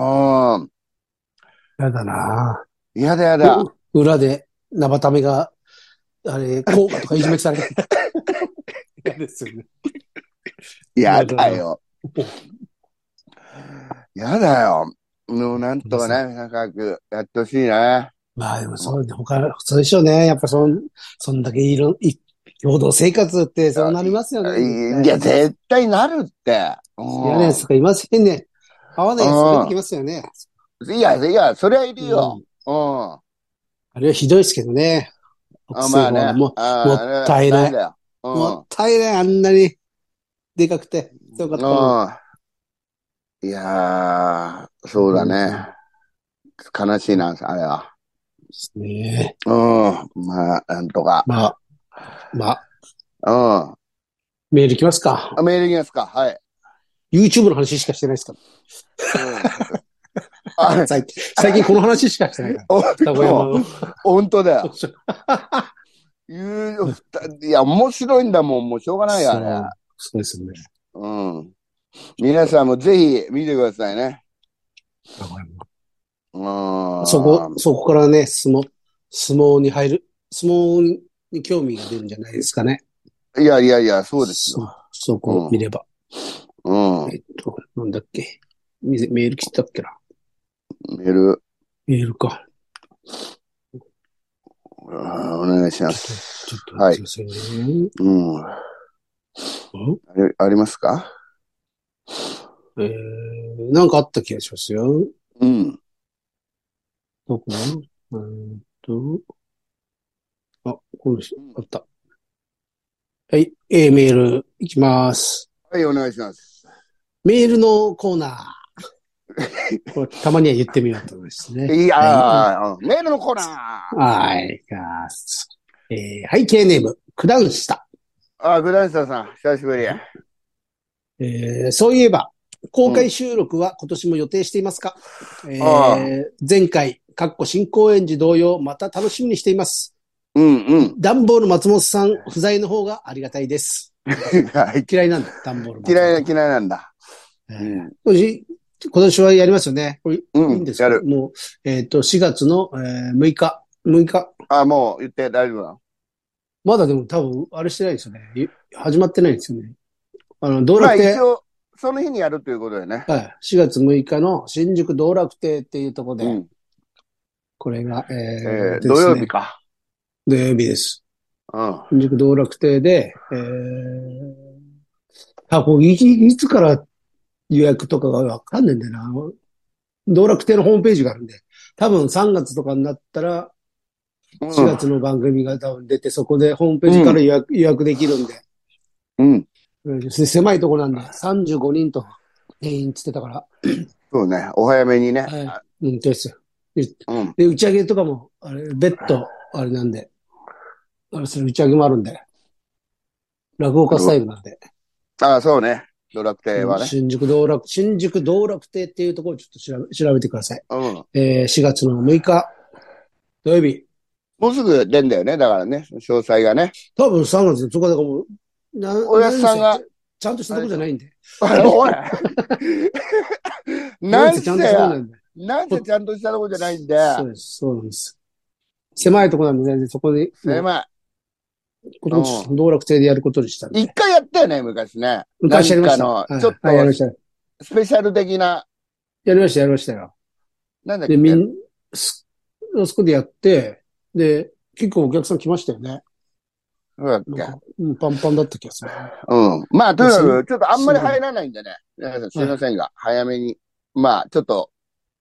Speaker 1: やだな
Speaker 2: やだやだ。
Speaker 1: う裏で、ナバタメが、あれ、効果とかいじめされて。嫌ですよね。
Speaker 2: やだよ。やだよ。もうなんとかね、仲良くやってほしいね。
Speaker 1: まあでもそうね、他、そうでしょうね。やっぱそん、そんだけいろ、い、共同生活ってそうなりますよね。
Speaker 2: いや、絶対なるって。うん
Speaker 1: 嫌なやつとかいませんね。合わないやつ出てきますよね。
Speaker 2: いや、いや、そりゃいる
Speaker 1: う
Speaker 2: よ。
Speaker 1: ん
Speaker 2: うん。あ
Speaker 1: あれはひどいですけどね。
Speaker 2: まあ
Speaker 1: 北西郷は
Speaker 2: ね。
Speaker 1: も
Speaker 2: あ
Speaker 1: もったいない
Speaker 2: あれはダメだ
Speaker 1: も
Speaker 2: よ
Speaker 1: ったいない、あんなに、でかくて、強かったの
Speaker 2: うん。うん。いやー、そうだね。悲しいな、あれは。
Speaker 1: ですね。
Speaker 2: うん。まあ、なんとか。
Speaker 1: まあ、まあ、
Speaker 2: うん。
Speaker 1: メールいきますか。
Speaker 2: あメールいきますか。はい。
Speaker 1: YouTube の話しかしてないですから。 (laughs)
Speaker 2: うんあ
Speaker 1: 最近、最近この話しかし
Speaker 2: (laughs)
Speaker 1: てないから。
Speaker 2: お
Speaker 1: 双子山の
Speaker 2: 本当だよ。言うよいや、面白いんだもん。もうしょうがないよね。
Speaker 1: そうですよね。
Speaker 2: うん。皆さんもぜひ見てくださいね。
Speaker 1: 双子山
Speaker 2: うん。
Speaker 1: そこ、そこからね、進もう、相撲に入る、相撲に興味が出るんじゃないですかね。
Speaker 2: いやいやいや、そうですよ。
Speaker 1: そそこを見れば。
Speaker 2: うん。
Speaker 1: えっと、なんだっけ。メメール来てたっけな。
Speaker 2: メール、
Speaker 1: メールか。
Speaker 2: あーお願いしま
Speaker 1: ちょっ
Speaker 2: す。
Speaker 1: と、ちょっと、
Speaker 2: はい
Speaker 1: すいませんね。
Speaker 2: うん。あ
Speaker 1: うん
Speaker 2: りありますか
Speaker 1: えー、なんかあった気がしますよ。
Speaker 2: うん。
Speaker 1: どこうーんと。あ、この人、あった。はい、えー、メールいきます。
Speaker 2: はい、お願いします。
Speaker 1: メールのコーナー。
Speaker 2: (laughs)
Speaker 1: これたまには言ってみようと思いますね。
Speaker 2: いやー、メールのコーナー。
Speaker 1: はい、いきます。えー、背景ネーム、九段下。
Speaker 2: あ、グランスターさん、久しぶり。
Speaker 1: えーそういえば、公開収録は今年も予定していますか、えー
Speaker 2: ああ
Speaker 1: 前回、かっこ新公演時同様、また楽しみにしています。
Speaker 2: うんうん。
Speaker 1: ダンボール松本さん不在の方がありがたいです。
Speaker 2: はい
Speaker 1: 嫌いなんだ、ダンボール松本
Speaker 2: 嫌いな、嫌いなんだ。うん。
Speaker 1: これ今年はやりますよね。これいい
Speaker 2: うんん
Speaker 1: で、す
Speaker 2: や
Speaker 1: か、
Speaker 2: る。
Speaker 1: もう、えっ、と、4月の、えー6日、6日。
Speaker 2: あ、もう言って大丈夫だ。
Speaker 1: まだでも多分、あれしてないですよね。い始まってないですよね。あの、道
Speaker 2: まあ
Speaker 1: 楽亭、
Speaker 2: 一応、その日にやるということでね。
Speaker 1: はい、4月6日の新宿道楽亭っていうところで、
Speaker 2: うん。
Speaker 1: これが、えー
Speaker 2: えー
Speaker 1: ですね
Speaker 2: 土曜日か。
Speaker 1: 土曜日です。
Speaker 2: うん。
Speaker 1: 新宿道楽亭で、えー、あ、これいついつから予約とかがわかんねえんだよな。道楽亭のホームページがあるんで、多分3月とかになったら、
Speaker 2: うん
Speaker 1: 4月の番組が多分出て、そこでホームページから予約,、予約できるんで、
Speaker 2: うん。
Speaker 1: うんせ狭いとこなんで、35人と定員つってたから、
Speaker 2: そうね。お早めにね。
Speaker 1: はいうん、ですよ。
Speaker 2: うん。
Speaker 1: で、打ち上げとかも、あれ、ベッド、あれなんで、あれ、それ打ち上げもあるんで、落語家スタイルなんで、
Speaker 2: あ、そうね。ドラクテはね。
Speaker 1: 新宿道楽、新宿道楽亭っていうところをちょっと調べ調べてください。
Speaker 2: うん。も
Speaker 1: えー、4月の6日、土曜日。
Speaker 2: うすぐ出んだよね。だからね。詳細がね。
Speaker 1: 多分3月のそこだからもう、な
Speaker 2: おやすさんが
Speaker 1: 何せちゃんとしたとこじゃないんで。
Speaker 2: おいなん
Speaker 1: ちゃ
Speaker 2: せ
Speaker 1: んとしたと (laughs) こな
Speaker 2: や、
Speaker 1: んで。
Speaker 2: なんせちゃんとしたとこじゃないんで、
Speaker 1: そうです、そうなんです。狭いとこなんで、全然そこで、
Speaker 2: 狭
Speaker 1: この道楽亭でやることにしたん
Speaker 2: い。
Speaker 1: で
Speaker 2: 一。回やったよね、昔ね。
Speaker 1: 昔やりました。
Speaker 2: なんかの
Speaker 1: はい
Speaker 2: ちょっと
Speaker 1: はいやりました。
Speaker 2: スペシャル的な、
Speaker 1: やりました、やりましたよ。
Speaker 2: なんだっけ
Speaker 1: で、みん、す、あそこでやって、で、結構お客さん来ましたよね。
Speaker 2: そう
Speaker 1: な
Speaker 2: だっ
Speaker 1: ん
Speaker 2: け
Speaker 1: か、うん、パンパンだった気がする。
Speaker 2: うん。まあ、とにかく、ちょっとあんまり入らないんでね。皆さんすいませんが、早めに。まあ、ちょっと、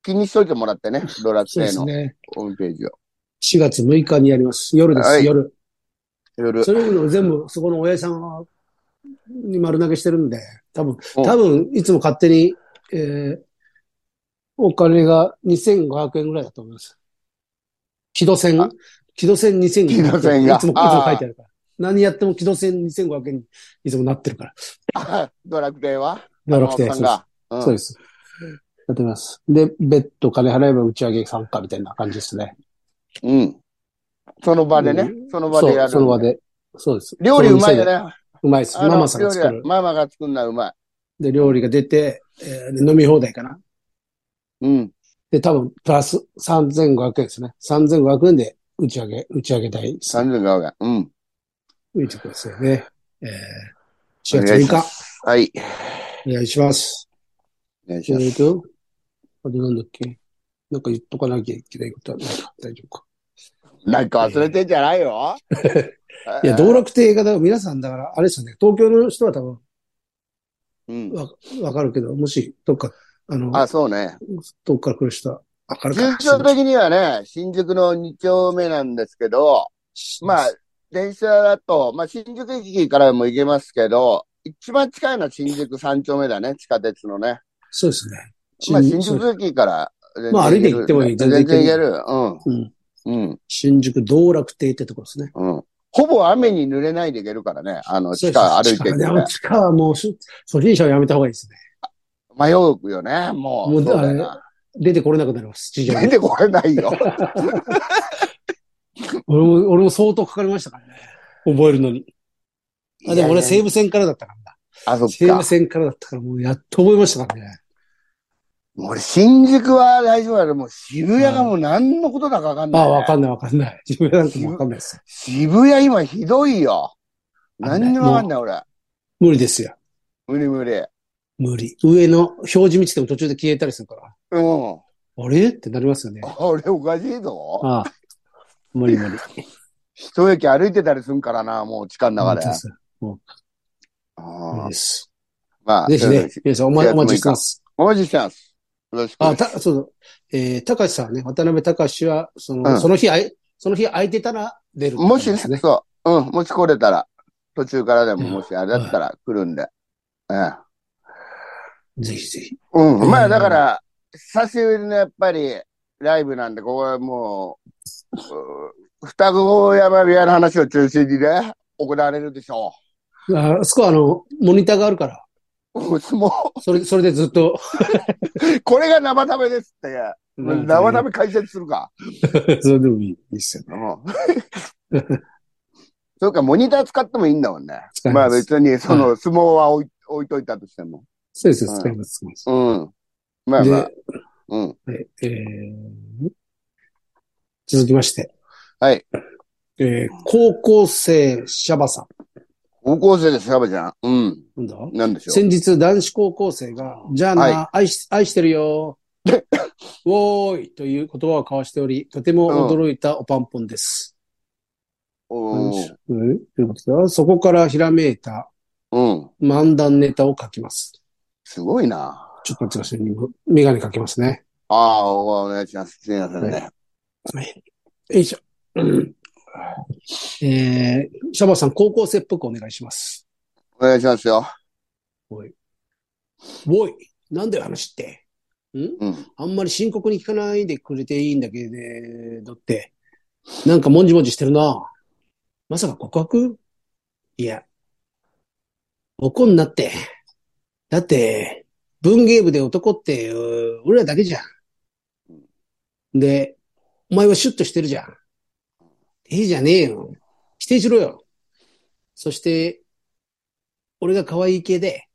Speaker 2: 気にしといてもらってね。ドラク
Speaker 1: そう
Speaker 2: テ
Speaker 1: です
Speaker 2: の
Speaker 1: ね。
Speaker 2: ホームページを。
Speaker 1: 4月6日にやります。夜です、
Speaker 2: はい
Speaker 1: 夜。
Speaker 2: 夜。
Speaker 1: それを全部、そこの親父さんに丸投げしてるんで、多分、
Speaker 2: うん
Speaker 1: 多分、いつも勝手に、えー、お金が2500円ぐらいだと思います。木戸線
Speaker 2: あ、
Speaker 1: 木戸線2500円。
Speaker 2: 木戸線が
Speaker 1: いつも、いつも書いてあるから。何やっても木戸線2500円にいつもなってるから。
Speaker 2: あドラクテは
Speaker 1: ならくて、
Speaker 2: 山本さん
Speaker 1: そうです
Speaker 2: が。うん
Speaker 1: そうです。やってます。で、ベッド金払えば打ち上げ参加みたいな感じですね。
Speaker 2: うん。その場でね
Speaker 1: う。ん
Speaker 2: その場でやる。
Speaker 1: そうその場で。そうです。
Speaker 2: 料理うまいよ
Speaker 1: その店で。
Speaker 2: ね。
Speaker 1: うまいです。
Speaker 2: あの
Speaker 1: ママさんが作
Speaker 2: 料
Speaker 1: る
Speaker 2: 理。ママが作るのはうまい。
Speaker 1: で、料理が出て、えーで飲み放題かな。
Speaker 2: うん。
Speaker 1: で、多分、プラス3500円ですね。3500円で打ち上げ、打ち上げ代です。
Speaker 2: 三千顔が。うん。
Speaker 1: 見てくださいね。えー、4
Speaker 2: お
Speaker 1: 月
Speaker 2: 願い
Speaker 1: 6
Speaker 2: しま
Speaker 1: 日、
Speaker 2: す。はい。
Speaker 1: お願いします。
Speaker 2: お願いし
Speaker 1: え
Speaker 2: ます。
Speaker 1: ーと、あとなんだっけなんか言っとかなきゃいけないことはないか大丈夫か。
Speaker 2: なんか忘れてんじゃないよ。
Speaker 1: (laughs) いや、道楽亭が、だから皆さんだから、あれですよね。東京の人は多分、
Speaker 2: うん。
Speaker 1: わ、わかるけど、もし、どっか、あの、
Speaker 2: あ、そうね。
Speaker 1: どっから来る人は、わかるか
Speaker 2: 順調的にはね、新宿の2丁目なんですけど、まあ、電車だと、まあ、新宿駅からも行けますけど、一番近いのは新宿3丁目だね、地下鉄のね。
Speaker 1: そうですね。
Speaker 2: まあ、
Speaker 1: 新
Speaker 2: 新宿駅から全然
Speaker 1: まあ歩いて
Speaker 2: ける
Speaker 1: 行ってもいい全
Speaker 2: 全
Speaker 1: 然
Speaker 2: 然
Speaker 1: 行ける
Speaker 2: 行ける。
Speaker 1: うん
Speaker 2: うん。うん。
Speaker 1: 新宿道楽亭ってとこですね。
Speaker 2: うん。ほぼ雨に濡れないで行けるからね、あの、地下歩いていく
Speaker 1: で
Speaker 2: か
Speaker 1: も
Speaker 2: ら。
Speaker 1: 地下はもうし、初心者はやめた方がいいですね。
Speaker 2: 迷うよね、もう。
Speaker 1: もう
Speaker 2: そうだよな
Speaker 1: 出てこれなくなります、地上
Speaker 2: 出
Speaker 1: に。
Speaker 2: てこれないよ。
Speaker 1: 俺も、俺も相当かかりましたからね。覚えるのに。 (laughs) あ、でも
Speaker 2: いやいや
Speaker 1: 俺西武線からだったからな。
Speaker 2: あ、そっ
Speaker 1: 西武
Speaker 2: か。
Speaker 1: 線からだったからもうやっと覚えましたからね。
Speaker 2: もう俺、新宿は大丈夫だけど、もう渋谷がもう何のことだかわかん
Speaker 1: ま
Speaker 2: ない、
Speaker 1: あ、わかんないわかんない。自分なんかもわかんないです。
Speaker 2: 渋谷今ひどいよ。何にもわかんない、俺。
Speaker 1: 無理ですよ。
Speaker 2: 無理無理。
Speaker 1: 無理。上の表示見てても途中で消えたりするから。 (laughs)
Speaker 2: うん。
Speaker 1: あれってなりますよね。
Speaker 2: 俺おかしいぞ。
Speaker 1: ああ。無理無理。
Speaker 2: 一駅歩いてたりするんからな、もう地下の中
Speaker 1: 本
Speaker 2: で
Speaker 1: 当。です無
Speaker 2: う
Speaker 1: 理
Speaker 2: ん
Speaker 1: です。
Speaker 2: まあ、
Speaker 1: ぜひ
Speaker 2: そういう
Speaker 1: ね
Speaker 2: の、
Speaker 1: 皆さんお待お待ちしてます。
Speaker 2: お待ちしてます。よろしく。
Speaker 1: あ、た、そうそう。えー、高橋さんね、渡辺高橋は、その、
Speaker 2: うん
Speaker 1: その日あい、その日空いてたら出る、
Speaker 2: もし
Speaker 1: です
Speaker 2: ね、
Speaker 1: ね。
Speaker 2: そう。うん、もし来れたら、途中からでも、もしあれだったら来るんで。うん。
Speaker 1: ぜひぜひ。
Speaker 2: う、
Speaker 1: うんん
Speaker 2: まあだから、久しぶりのやっぱりライブなんで、ここはもう、うー双子山部屋の話を中心にね、行われるでしょ
Speaker 1: ああそこはあの、モニターがあるから、
Speaker 2: う。うんも
Speaker 1: それ、それでずっと。
Speaker 2: う、これが生食べですって。生食べ解説するか。
Speaker 1: べ。 (laughs) それでもいいですよね。 (laughs)
Speaker 2: もうそうか、モニター使ってもいいんだもんね。
Speaker 1: 使い
Speaker 2: ま
Speaker 1: ま
Speaker 2: あ
Speaker 1: す。
Speaker 2: 別に、その、相撲は置い置いといたとしても。
Speaker 1: そうです
Speaker 2: うん
Speaker 1: よ、使います、使います。
Speaker 2: うん。まあまあ、うん。
Speaker 1: で、えー続きまして。
Speaker 2: はい。
Speaker 1: えー高校生シャバさ
Speaker 2: 高校生でしゃべじゃん。うん。
Speaker 1: ん。なんだ
Speaker 2: なんでしょう。
Speaker 1: 先日、男子高校生が、じゃあな、
Speaker 2: は
Speaker 1: 愛し、愛してる (laughs) よ。おーいという言葉を交わしており、とても驚いたおパンポンです。
Speaker 2: お
Speaker 1: うん
Speaker 2: ー
Speaker 1: ということだそこからひらめいた
Speaker 2: うん。
Speaker 1: 漫談ネタを書きます。
Speaker 2: すごいな。
Speaker 1: ちょっと待ってくださいね。メガネかけますね。
Speaker 2: ああ、お願いします。すみませんね。
Speaker 1: はいよいしょ。うんえー、シャバさん、高校生っぽくお願いします。
Speaker 2: お願いしますよ。
Speaker 1: おい、なんだよ話って。ん
Speaker 2: うん。
Speaker 1: あんまり深刻に聞かないでくれていいんだけどって、なんかもんじもんじしてるな。まさか告白いや、怒んなって。だって、文芸部で男って、う俺らだけじゃん。で、お前はシュッとしてるじゃん。いいじゃねえよ。否定しろよ。そして、俺が可愛い系で、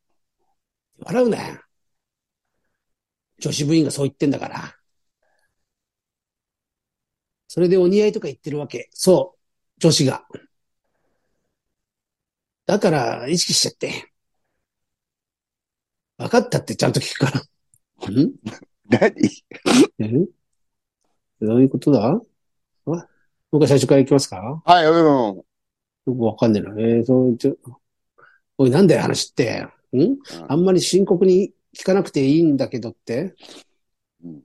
Speaker 1: 笑うなよ。女子部員がそう言ってんだから。それでお似合いとか言ってるわけ。そう。女子が。だから、意識しちゃって。分かったってちゃんと聞くから。ん
Speaker 2: 何
Speaker 1: えどういうことだあ僕は最初から行きますか
Speaker 2: はい、うん。
Speaker 1: よくわかんねえな。えー、そう、ちょ、おい、なんだよ、話って。んあんまり深刻に聞かなくていいんだけどって。
Speaker 2: うん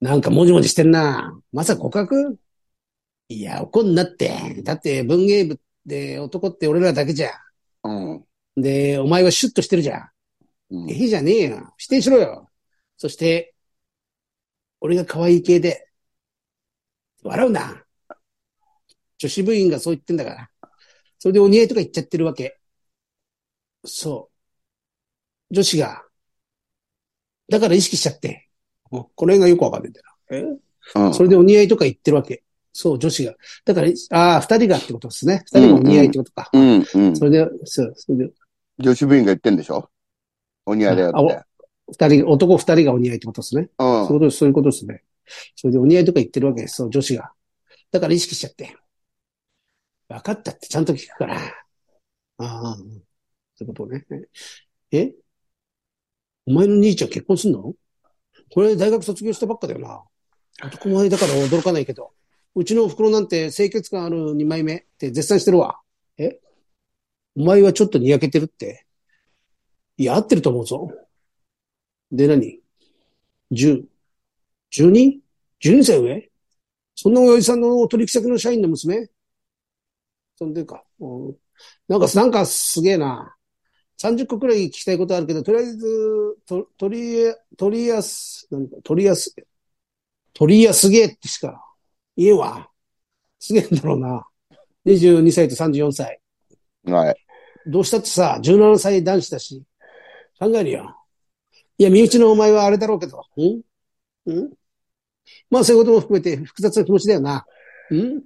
Speaker 1: なんかもじもじしてんな。まさか告白いや、怒んなって。だって文芸部で男って俺らだけじゃ
Speaker 2: うん。
Speaker 1: ん。で、お前はシュッとしてるじゃん。
Speaker 2: うん
Speaker 1: ええじゃねえよ。否定しろよ。そして、俺が可愛い系で、笑うな。女子部員がそう言ってんだから。それでお似合いとか言っちゃってるわけ。そう。女子が。だから意識しちゃって。もうこの辺がよくわかんないんだよな。
Speaker 2: うん
Speaker 1: それでお似合いとか言ってるわけ。そう、女子が。だから、ああ、二人がってことですね。二人がお似合いってことか。
Speaker 2: うん。うん。
Speaker 1: それで、そう、それで、
Speaker 2: 女子部員が言ってんでしょお似合いだよ
Speaker 1: あお
Speaker 2: って。
Speaker 1: 二人、男二人がお似合いってことですね。
Speaker 2: う
Speaker 1: そういうことです、そういうことですね。それでお似合いとか言ってるわけです、そう、女子が。だから意識しちゃって。分かったってちゃんと聞くから。ああ、そういうことね。えお前の兄ちゃん結婚すんのこれ大学卒業したばっかだよな。男前だから驚かないけど。うちのお袋なんて清潔感ある二枚目って絶賛してるわ。えお前はちょっとにやけてるって。いや、合ってると思うぞ。で、何10、12?12 歳上そんな親父さんの取引先の社員の娘そんでか。うんなんか、なんかすげえな。30個くらい聞きたいことあるけど、とりあえず、と、とりえ、とりやす、なんか、とりやす、とりやすげえってしか言えんわ。すげえんだろうな。22歳と34歳。
Speaker 2: ん。はい。
Speaker 1: どうしたってさ、17歳男子だし、考えるよ。いや、身内のお前はあれだろうけど、んんまあそういうことも含めて複雑な気持ちだよな。ん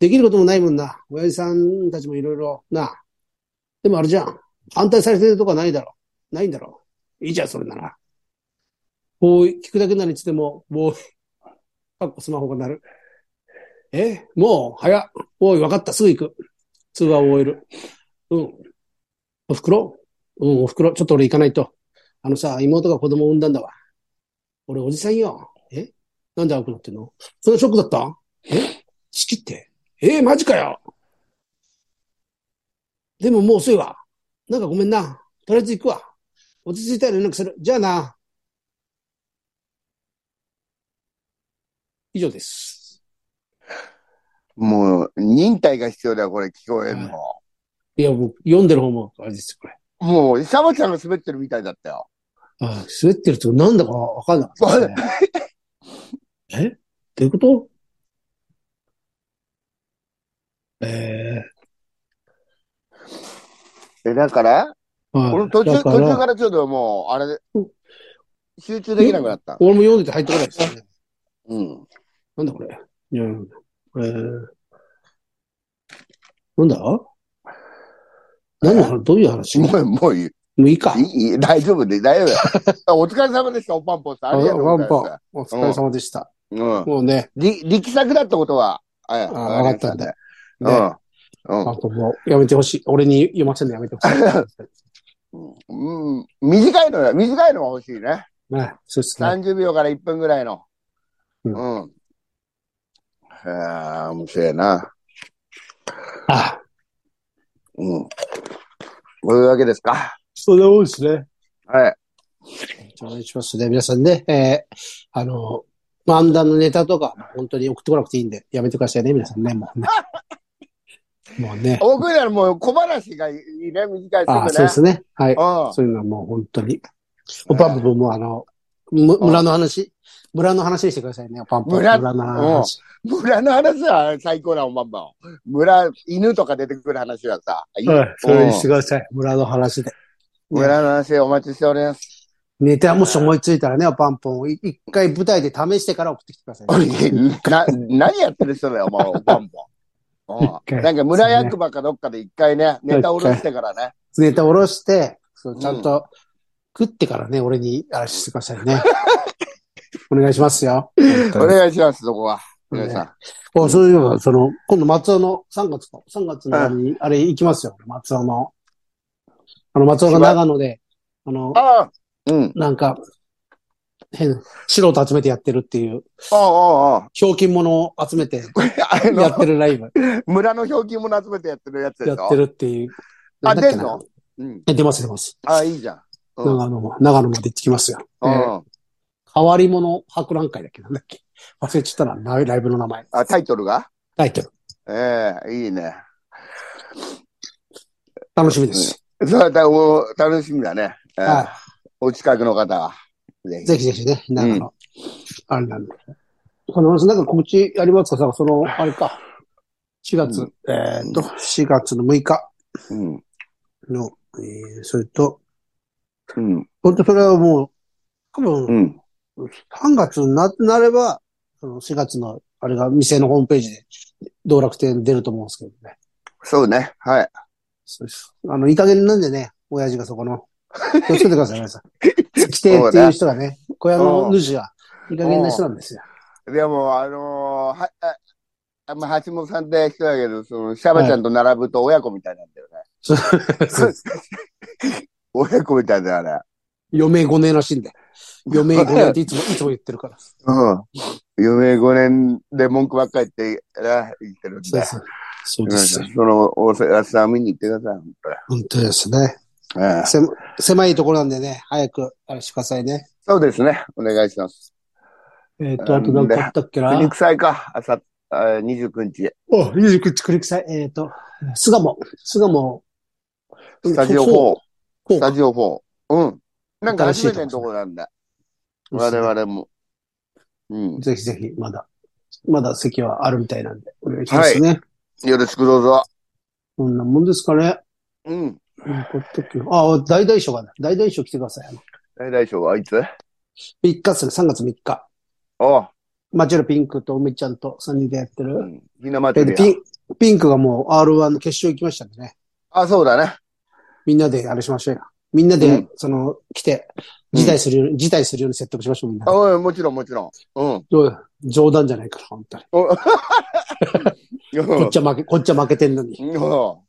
Speaker 1: できることもないもんな。親父さんたちもいろいろな。でもあれじゃん。反対されてるとこはないだろう。ないんだろう。いいじゃん、それなら。こう聞くだけなのにつっても、もう、かっこスマホが鳴る。えもう、早っ。おい、わかった。すぐ行く。通話を終える。うん。お袋うん、お袋。ちょっと俺行かないと。あのさ、妹が子供を産んだんだわ。俺、おじさんよ。えなんで青くなってんのそれショックだったえ好きって。えー、マジかよ。でももう遅いわ。なんかごめんな。とりあえず行くわ。落ち着いたら連絡する。じゃあな。以上です。
Speaker 2: もう、忍耐が必要だよ、これ聞こえるの。
Speaker 1: いや、僕、読んでる方も、あれですよ、これ。
Speaker 2: もう、サボちゃんが滑ってるみたいだったよ。
Speaker 1: ああ、滑ってるとなんだかわかんなかったですね、えどういうことえ
Speaker 2: え、だから、
Speaker 1: ー、はい
Speaker 2: 俺途中、
Speaker 1: だか
Speaker 2: 途
Speaker 1: ら
Speaker 2: 中からちょっともう、あれ
Speaker 1: うん、
Speaker 2: 集中できなくなった。
Speaker 1: 俺も読んでて入ってこないですね。
Speaker 2: うん。
Speaker 1: なんだこれ。いや、えー、なんだ何の話どういう話も
Speaker 2: もう、もういい、
Speaker 1: ういいか。
Speaker 2: いい大丈夫で、大丈夫よあ
Speaker 1: (laughs)
Speaker 2: お疲れ様でした、おパンポンさん。ありがとうございます。
Speaker 1: お疲れ様でした。
Speaker 2: うん。
Speaker 1: もうね、
Speaker 2: り、力作だったことは、あ、
Speaker 1: あわかったんで。ね、あ
Speaker 2: うん。うん
Speaker 1: ともうやめてほしい。俺に読ませるのやめてほしい。 (laughs)
Speaker 2: うん。短いのよ短いのが欲しいね。
Speaker 1: ね、そうですね。
Speaker 2: 30秒から1分ぐらいの。
Speaker 1: う
Speaker 2: うんん。へえ、面白いな。
Speaker 1: あ、
Speaker 2: うん。こういうわけですか。
Speaker 1: そんなもんですね。
Speaker 2: はい。
Speaker 1: お願いしますね。皆さんね、えー、あの、漫談のネタとか、本当に送ってこなくていいんで、やめてくださいね、皆さんね、も
Speaker 2: (laughs)
Speaker 1: うね。もうね。
Speaker 2: 僕ならもう小話がいいね、短い
Speaker 1: ああ、
Speaker 2: すぐ
Speaker 1: そうで
Speaker 2: ね。
Speaker 1: すね。はい。
Speaker 2: うん
Speaker 1: そういうのはもう本当に。おパンプもあの、む村の話、村の話にしてくださいね、おパンプ。
Speaker 2: 村
Speaker 1: の話。
Speaker 2: 村の話は最高だ、おまんまん。村、犬とか出てくる話はさ、いい
Speaker 1: はい、それにしてください。村の話で。
Speaker 2: 村の話お待ちしております。
Speaker 1: ネタもし思いついたらね、おパンポン。い一回舞台で試してから送ってきてくださいね、
Speaker 2: (laughs) な、何やってる人だよ、お前、おパンポン。
Speaker 1: 一
Speaker 2: うん
Speaker 1: 回
Speaker 2: なんか村役場かどっかで一回ね、ネタ下ろしてからね。
Speaker 1: ネタ下ろして、そうちゃんと食ってからね、俺にあれしてくださいね。 (laughs) お願いしますよ。
Speaker 2: お願いします、そこは。皆さん。
Speaker 1: おそういえば、その、今度松尾の3月か、3月のあれに、あれ行きますよ、松尾の。あの、松尾が長野で、あの、
Speaker 2: ああうん。
Speaker 1: なんか、変、素人集めてやってるっていう、
Speaker 2: ああ、ああ、
Speaker 1: ひょうきんものを集めて
Speaker 2: ああ
Speaker 1: やっ
Speaker 2: の、
Speaker 1: てるライブ、
Speaker 2: 村の表記も集めてやってるやつでし
Speaker 1: や
Speaker 2: ょ
Speaker 1: ってるっていう。
Speaker 2: (laughs) あ
Speaker 1: なんだっけ
Speaker 2: 出ん
Speaker 1: な
Speaker 2: のうん。
Speaker 1: え出ます、出ます。
Speaker 2: ああ、いいじゃん。うん
Speaker 1: 長野も、長野まで行ってきますよ。
Speaker 2: う
Speaker 1: えー
Speaker 2: ん。
Speaker 1: 変わり者博覧会だっけなんだっけ忘れちゃったな、ライライブの名前。
Speaker 2: あ、タイトルが
Speaker 1: タイトル。
Speaker 2: ええ、いいね。
Speaker 1: 楽しみです。
Speaker 2: それはお楽しみだね。ええ
Speaker 1: は
Speaker 2: お近くの方は。ぜ
Speaker 1: い。
Speaker 2: ひ。
Speaker 1: ぜひぜひね、長野。あれなんで。この、なんか告知ありますかさ、その、あれか。4月、
Speaker 2: うん
Speaker 1: えーっと、4月の6日
Speaker 2: うん。
Speaker 1: の、えー、それと、
Speaker 2: うん。
Speaker 1: 本当それはもう、多分、
Speaker 2: うん。
Speaker 1: 3月にななれば、その4月の、あれが店のホームページで、道楽天出ると思うんですけどね。
Speaker 2: そうね。はい。
Speaker 1: そうです。あの、いい加減なんでね、親父がそこの。気をつけてください、 (laughs) 皆さん。来てっていう人がね、小屋の主が、いい加減な人なんですよ。
Speaker 2: でも、あのーは、ああまあ、橋本さんって人だけど、その、シャバちゃんと並ぶと親子みたいなんだよね。
Speaker 1: そう
Speaker 2: 親子みたいだよ、あれ。
Speaker 1: 余命5年らしいんで。余命5年っていつも、いつも言ってるから。
Speaker 2: (laughs) うん。余命5年で文句ばっかり言って、ね、言ってるん
Speaker 1: そう
Speaker 2: で
Speaker 1: で。す。そう
Speaker 2: 皆
Speaker 1: です
Speaker 2: さ。んその、お世さん見に行ってください、本
Speaker 1: 本当ですね。
Speaker 2: 当に。ええ
Speaker 1: せ狭いところなんでね、早く、あれしてくださいね。
Speaker 2: そうですね。お願いします。
Speaker 1: えっ、と、あと何かあったっけな
Speaker 2: 国臭いか、あさ、あ29日。
Speaker 1: お、29日くりくさい。えっ、と、巣鴨。巣鴨。
Speaker 2: スタジオ
Speaker 1: そう
Speaker 2: 4。スタジオ4。うん。なんか
Speaker 1: 新しい
Speaker 2: 初
Speaker 1: とこ
Speaker 2: めてのとこなんだ。
Speaker 1: そう
Speaker 2: 我々も。うん。
Speaker 1: ぜひぜひ、まだ、まだ席はあるみたいなんで、お願いしますね。
Speaker 2: よろしくどうぞ。
Speaker 1: こんなもんですかね。
Speaker 2: うん。
Speaker 1: うんこっときあ、大大賞がね、大大賞来てください。
Speaker 2: 大大将はいつ
Speaker 1: 3日っすね、3月3日。
Speaker 2: おう。
Speaker 1: マチュラピンクと梅ちゃんと3人でやって
Speaker 2: う
Speaker 1: る。
Speaker 2: ん。ひな
Speaker 1: え
Speaker 2: 祭
Speaker 1: で
Speaker 2: り
Speaker 1: ピ
Speaker 2: や。
Speaker 1: ンピンクがもう R1 の決勝行きましたんでね。
Speaker 2: あ、そうだね。
Speaker 1: みんなであれしましょうよ。みんな
Speaker 2: う
Speaker 1: で
Speaker 2: ん、
Speaker 1: その、来て、辞退するように、辞退するように説得しましょう、みんな
Speaker 2: あ。うんもちろん、もちろん。うん。
Speaker 1: そう冗談じゃないから、本当に。
Speaker 2: (laughs)
Speaker 1: こっちは負け、こっちは負けてんのに。
Speaker 2: うん。本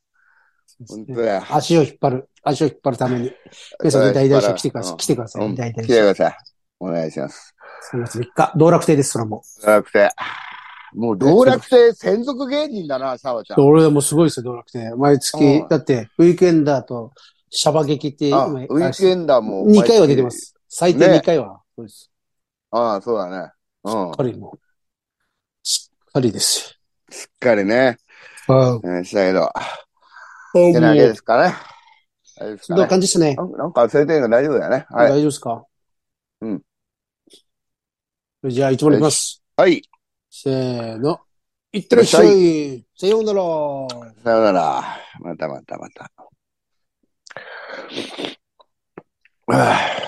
Speaker 2: 当だよ。
Speaker 1: 足を引っ張る、足を引っ張る
Speaker 2: (laughs)
Speaker 1: ために。皆さん、大々賞来てくださ
Speaker 2: う
Speaker 1: い。
Speaker 2: ん
Speaker 1: 来てくださ
Speaker 2: う
Speaker 1: い。
Speaker 2: ん
Speaker 1: 大々
Speaker 2: 来てく
Speaker 1: 賞。
Speaker 2: ださい。お願いします。
Speaker 1: 3月3日、道楽亭です、それはも
Speaker 2: 道楽亭。もう道楽亭専属芸人だな、沢ちゃ
Speaker 1: う。
Speaker 2: ん。
Speaker 1: 俺はもうすごいですよ、道楽亭。毎
Speaker 2: う
Speaker 1: 月
Speaker 2: ん、
Speaker 1: だって、ウィークエンダーと、シャバ劇って、
Speaker 2: あ、ウ
Speaker 1: 今
Speaker 2: ィークエンダーも。
Speaker 1: 2回は出てま。す。最低2回は。そうです。
Speaker 2: ああ、そうだね。うん。
Speaker 1: 彼も。しっかりです
Speaker 2: しっかりね。
Speaker 1: よ。ああ、
Speaker 2: うん、したけど。
Speaker 1: もう
Speaker 2: ってなわけですかね。あれです
Speaker 1: そ
Speaker 2: か
Speaker 1: んな
Speaker 2: ね
Speaker 1: 感じですね。
Speaker 2: なんなんか忘れてるの大丈夫だよね。はい。
Speaker 1: 大丈夫ですか
Speaker 2: うん。
Speaker 1: じゃあ、一問いきます。
Speaker 2: はい。
Speaker 1: せーの。いってらっしゃい。さようなら。
Speaker 2: さよなら。 (sighs) またまたまた。はあ